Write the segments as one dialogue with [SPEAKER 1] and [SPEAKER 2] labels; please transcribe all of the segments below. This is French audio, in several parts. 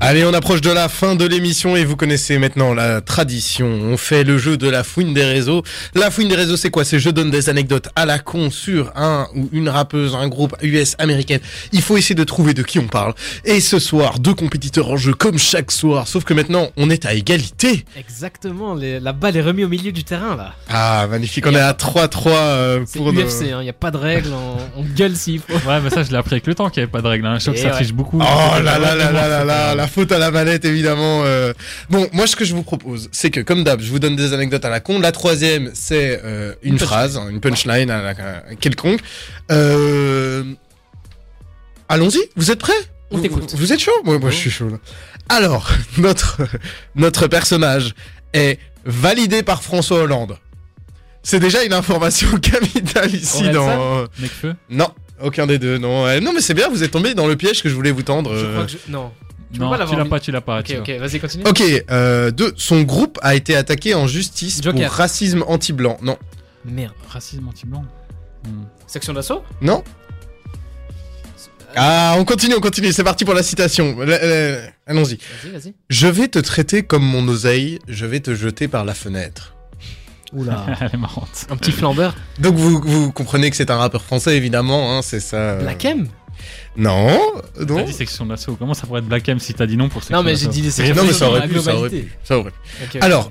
[SPEAKER 1] Allez, on approche de la fin de l'émission et vous connaissez maintenant la tradition. On fait le jeu de la fouine des réseaux. La fouine des réseaux, c'est quoi C'est je donne des anecdotes à la con sur un ou une rappeuse, un groupe US américaine. Il faut essayer de trouver de qui on parle. Et ce soir, deux compétiteurs en jeu comme chaque soir, sauf que maintenant, on est à égalité.
[SPEAKER 2] Exactement, les- la balle est remise au milieu du terrain là.
[SPEAKER 1] Ah, magnifique, on est à 3-3 euh,
[SPEAKER 2] C'est
[SPEAKER 1] pour nos-
[SPEAKER 2] UFC, il n'y hein, a pas de règles, on, on gueule s'il faut.
[SPEAKER 3] Ouais, mais ça, je l'ai appris avec le temps qu'il n'y avait pas de règles. Hein. Je trouve que
[SPEAKER 2] Et
[SPEAKER 3] ça
[SPEAKER 2] ouais.
[SPEAKER 3] triche beaucoup.
[SPEAKER 1] Oh là là là
[SPEAKER 3] Vraiment,
[SPEAKER 1] là là là,
[SPEAKER 3] c'était-
[SPEAKER 1] la faute à la manette évidemment. euh. Bon, moi ce que je vous propose, c'est que comme d'hab, je vous donne des anecdotes à la con. La troisième, c'est euh, une,
[SPEAKER 2] Une punchline.
[SPEAKER 1] phrase, hein, une punchline à la- à quelconque. Euh... Allons-y, vous êtes prêts
[SPEAKER 2] On
[SPEAKER 1] Vous-
[SPEAKER 2] t'écoute.
[SPEAKER 1] Vous, vous êtes chaud Moi, moi je suis chaud là. Alors, notre, notre personnage est validé par François Hollande. C'est déjà une information capitale ici
[SPEAKER 2] Orelsan
[SPEAKER 1] dans...
[SPEAKER 3] Mec feu.
[SPEAKER 1] Non, aucun des deux, non. Euh, non mais c'est bien, vous êtes tombé dans le piège que je voulais vous tendre.
[SPEAKER 2] Je
[SPEAKER 1] euh.
[SPEAKER 2] crois que je... Non. Tu peux
[SPEAKER 3] Non,
[SPEAKER 2] pas l'avoir
[SPEAKER 3] tu l'as
[SPEAKER 2] mis.
[SPEAKER 3] pas, tu l'as pas.
[SPEAKER 2] Ok,
[SPEAKER 3] tu l'as.
[SPEAKER 2] ok, vas-y continue.
[SPEAKER 1] Ok, euh, deux, son groupe a été attaqué en justice
[SPEAKER 2] Joker.
[SPEAKER 1] pour racisme anti-blanc. Non,
[SPEAKER 2] Merde.
[SPEAKER 3] Racisme anti-blanc. Hmm.
[SPEAKER 2] Section d'assaut
[SPEAKER 1] non. Ah, on continue, on continue. C'est parti pour la citation. La- la- Allons-y.
[SPEAKER 2] Vas-y, vas-y.
[SPEAKER 1] Je vais te traiter comme mon oseille. Je vais te jeter par la fenêtre.
[SPEAKER 2] Oula.
[SPEAKER 3] Elle est marrante.
[SPEAKER 2] Un petit flambeur.
[SPEAKER 1] Donc vous, vous comprenez que c'est un rappeur français, évidemment. Hein, c'est ça. euh.
[SPEAKER 2] Black M
[SPEAKER 1] Non,
[SPEAKER 3] T'as
[SPEAKER 1] non.
[SPEAKER 3] dit section d'assaut. Comment ça pourrait être Black M si t'as dit non pour section
[SPEAKER 2] Non mais j'ai
[SPEAKER 3] d'assaut
[SPEAKER 2] dit des
[SPEAKER 3] Et
[SPEAKER 2] sections
[SPEAKER 1] Non, mais
[SPEAKER 2] d'assaut
[SPEAKER 1] ça
[SPEAKER 2] dans
[SPEAKER 1] aurait
[SPEAKER 2] la
[SPEAKER 1] pu, ça aurait
[SPEAKER 2] globalité.
[SPEAKER 1] Ça, ouais.
[SPEAKER 2] Ok, ok.
[SPEAKER 1] Alors,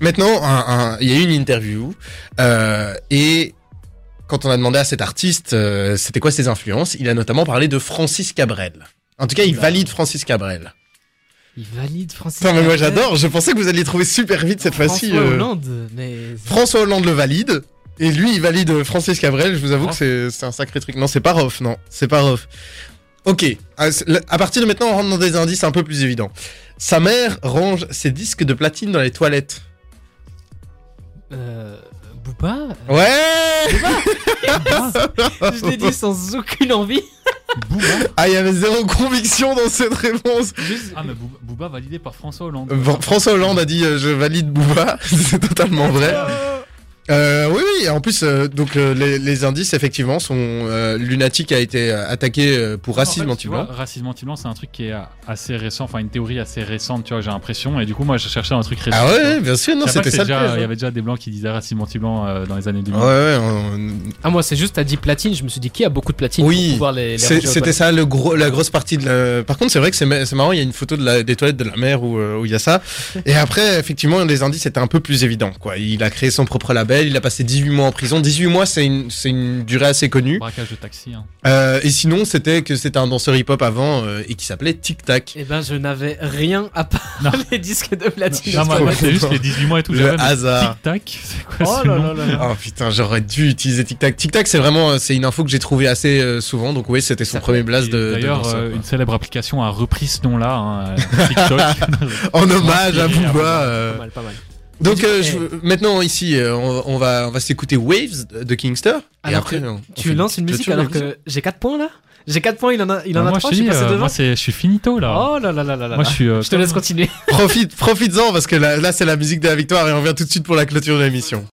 [SPEAKER 1] maintenant, un- un- il y a eu une interview euh, et quand on a demandé à cet artiste, euh, c'était quoi ses influences, il a notamment parlé de Francis Cabrel. En tout cas, il
[SPEAKER 2] Oula.
[SPEAKER 1] valide Francis Cabrel.
[SPEAKER 2] Il valide Francis.
[SPEAKER 1] Putain, mais moi
[SPEAKER 2] Cabrel,
[SPEAKER 1] j'adore. Je pensais que vous alliez trouver super vite cette fois-ci.
[SPEAKER 2] François
[SPEAKER 1] euh,
[SPEAKER 2] Hollande, mais.
[SPEAKER 1] François Hollande le valide et lui, il valide Francis Cabrel. Je vous avoue que c'est- c'est un sacré truc. Non, c'est pas Rof, non, c'est pas Rof. Ok, à à partir de maintenant, on rentre dans des indices un peu plus évidents. Sa mère range ses disques de platine dans les toilettes.
[SPEAKER 2] Euh, Booba
[SPEAKER 1] Ouais
[SPEAKER 2] Je l'ai dit sans aucune envie.
[SPEAKER 3] Booba.
[SPEAKER 1] Ah, il y avait zéro conviction dans cette réponse.
[SPEAKER 2] Juste-
[SPEAKER 3] Ah, mais Booba, Booba validé par François Hollande.
[SPEAKER 1] Fr- François Hollande a dit euh, je valide Booba, c'est totalement vrai. Euh, oui, oui. En plus, euh, donc euh, les, les indices effectivement sont euh, lunatique a été euh, attaqué euh, pour racisme
[SPEAKER 3] En fait, tu
[SPEAKER 1] anti-blanc.
[SPEAKER 3] vois, Racisme anti-blanc, c'est un truc qui est euh, assez récent, enfin une théorie assez récente, tu vois, j'ai l'impression. Et du coup, moi, je cherchais un truc récent.
[SPEAKER 1] Ah ouais,
[SPEAKER 3] tu vois.
[SPEAKER 1] ouais, bien sûr, non,
[SPEAKER 3] euh, Je savais
[SPEAKER 1] c'était
[SPEAKER 3] pas que
[SPEAKER 1] ça le
[SPEAKER 3] déjà-
[SPEAKER 1] piège,
[SPEAKER 3] Il y
[SPEAKER 1] hein.
[SPEAKER 3] avait déjà des blancs qui disaient racisme anti-blanc euh, dans les années 2000.
[SPEAKER 1] Ouais, ouais, on-
[SPEAKER 2] Ah, moi, c'est juste, t'as dit platine, je me suis dit, qui a beaucoup de platine
[SPEAKER 1] Oui,
[SPEAKER 2] pour pouvoir les, les
[SPEAKER 1] C'est-
[SPEAKER 2] ranger aux
[SPEAKER 1] C'était ça le gros, la grosse partie de la... Par contre, c'est vrai que c'est ma- c'est marrant, il y a une photo de la, des toilettes de la mer où euh, où il y a ça. Et après, effectivement, les indices étaient un peu plus évidents. Quoi. Il a créé son propre label, il a passé 18 mois en prison. 18 mois, c'est une, c'est une durée assez connue.
[SPEAKER 3] Braquage de taxi. hein.
[SPEAKER 1] Euh, et sinon, c'était que c'était un danseur hip-hop avant euh, et qui s'appelait Tic Tac.
[SPEAKER 2] Eh ben, je n'avais rien à part
[SPEAKER 3] Non.
[SPEAKER 2] les disques de Oh platine.
[SPEAKER 3] Non, moi,
[SPEAKER 1] trop
[SPEAKER 3] moi, c'est
[SPEAKER 1] bon.
[SPEAKER 3] juste les 18 mois et tout.
[SPEAKER 1] Le
[SPEAKER 3] j'avais, mais
[SPEAKER 1] hasard.
[SPEAKER 3] Tic-tac, c'est quoi
[SPEAKER 2] oh
[SPEAKER 3] ce
[SPEAKER 2] là
[SPEAKER 3] nom
[SPEAKER 2] là là là.
[SPEAKER 1] Oh putain, j'aurais dû utiliser Tic Tac. Tic Tac, c'est vraiment, euh, c'est une info que j'ai trouvée assez euh, souvent. Donc oui, c'était son
[SPEAKER 2] Ça
[SPEAKER 1] premier blast
[SPEAKER 3] Et
[SPEAKER 1] de. de
[SPEAKER 3] D'ailleurs,
[SPEAKER 1] danseur,
[SPEAKER 3] euh,
[SPEAKER 1] quoi.
[SPEAKER 3] une célèbre application a repris ce nom-là, hein, euh, TikTok.
[SPEAKER 1] En hommage à
[SPEAKER 3] inspiré à
[SPEAKER 1] Booba. euh.
[SPEAKER 2] Pas mal, pas mal.
[SPEAKER 1] Donc euh,
[SPEAKER 2] Eh.
[SPEAKER 1] je veux- maintenant ici, euh, on, on va, on va s'écouter Waves de Kingster. et
[SPEAKER 2] Alors
[SPEAKER 1] après,
[SPEAKER 2] que
[SPEAKER 1] on- on fait
[SPEAKER 2] Tu lances une musique
[SPEAKER 1] clôture
[SPEAKER 2] alors
[SPEAKER 1] d'émission.
[SPEAKER 2] que j'ai 4 points là J'ai 4 points, il en a, il en
[SPEAKER 3] Bah,
[SPEAKER 2] a
[SPEAKER 3] moi,
[SPEAKER 2] 3,
[SPEAKER 3] je
[SPEAKER 2] je suis
[SPEAKER 3] te dis,
[SPEAKER 2] passé
[SPEAKER 3] euh,
[SPEAKER 2] devant.
[SPEAKER 3] moi, c'est- je suis finito là.
[SPEAKER 2] Oh là là là là là.
[SPEAKER 3] moi, je suis. euh,
[SPEAKER 2] Je te laisse continuer.
[SPEAKER 1] Profite, profites-en parce que là, là c'est la musique de la victoire et on vient tout de suite pour la clôture de l'émission.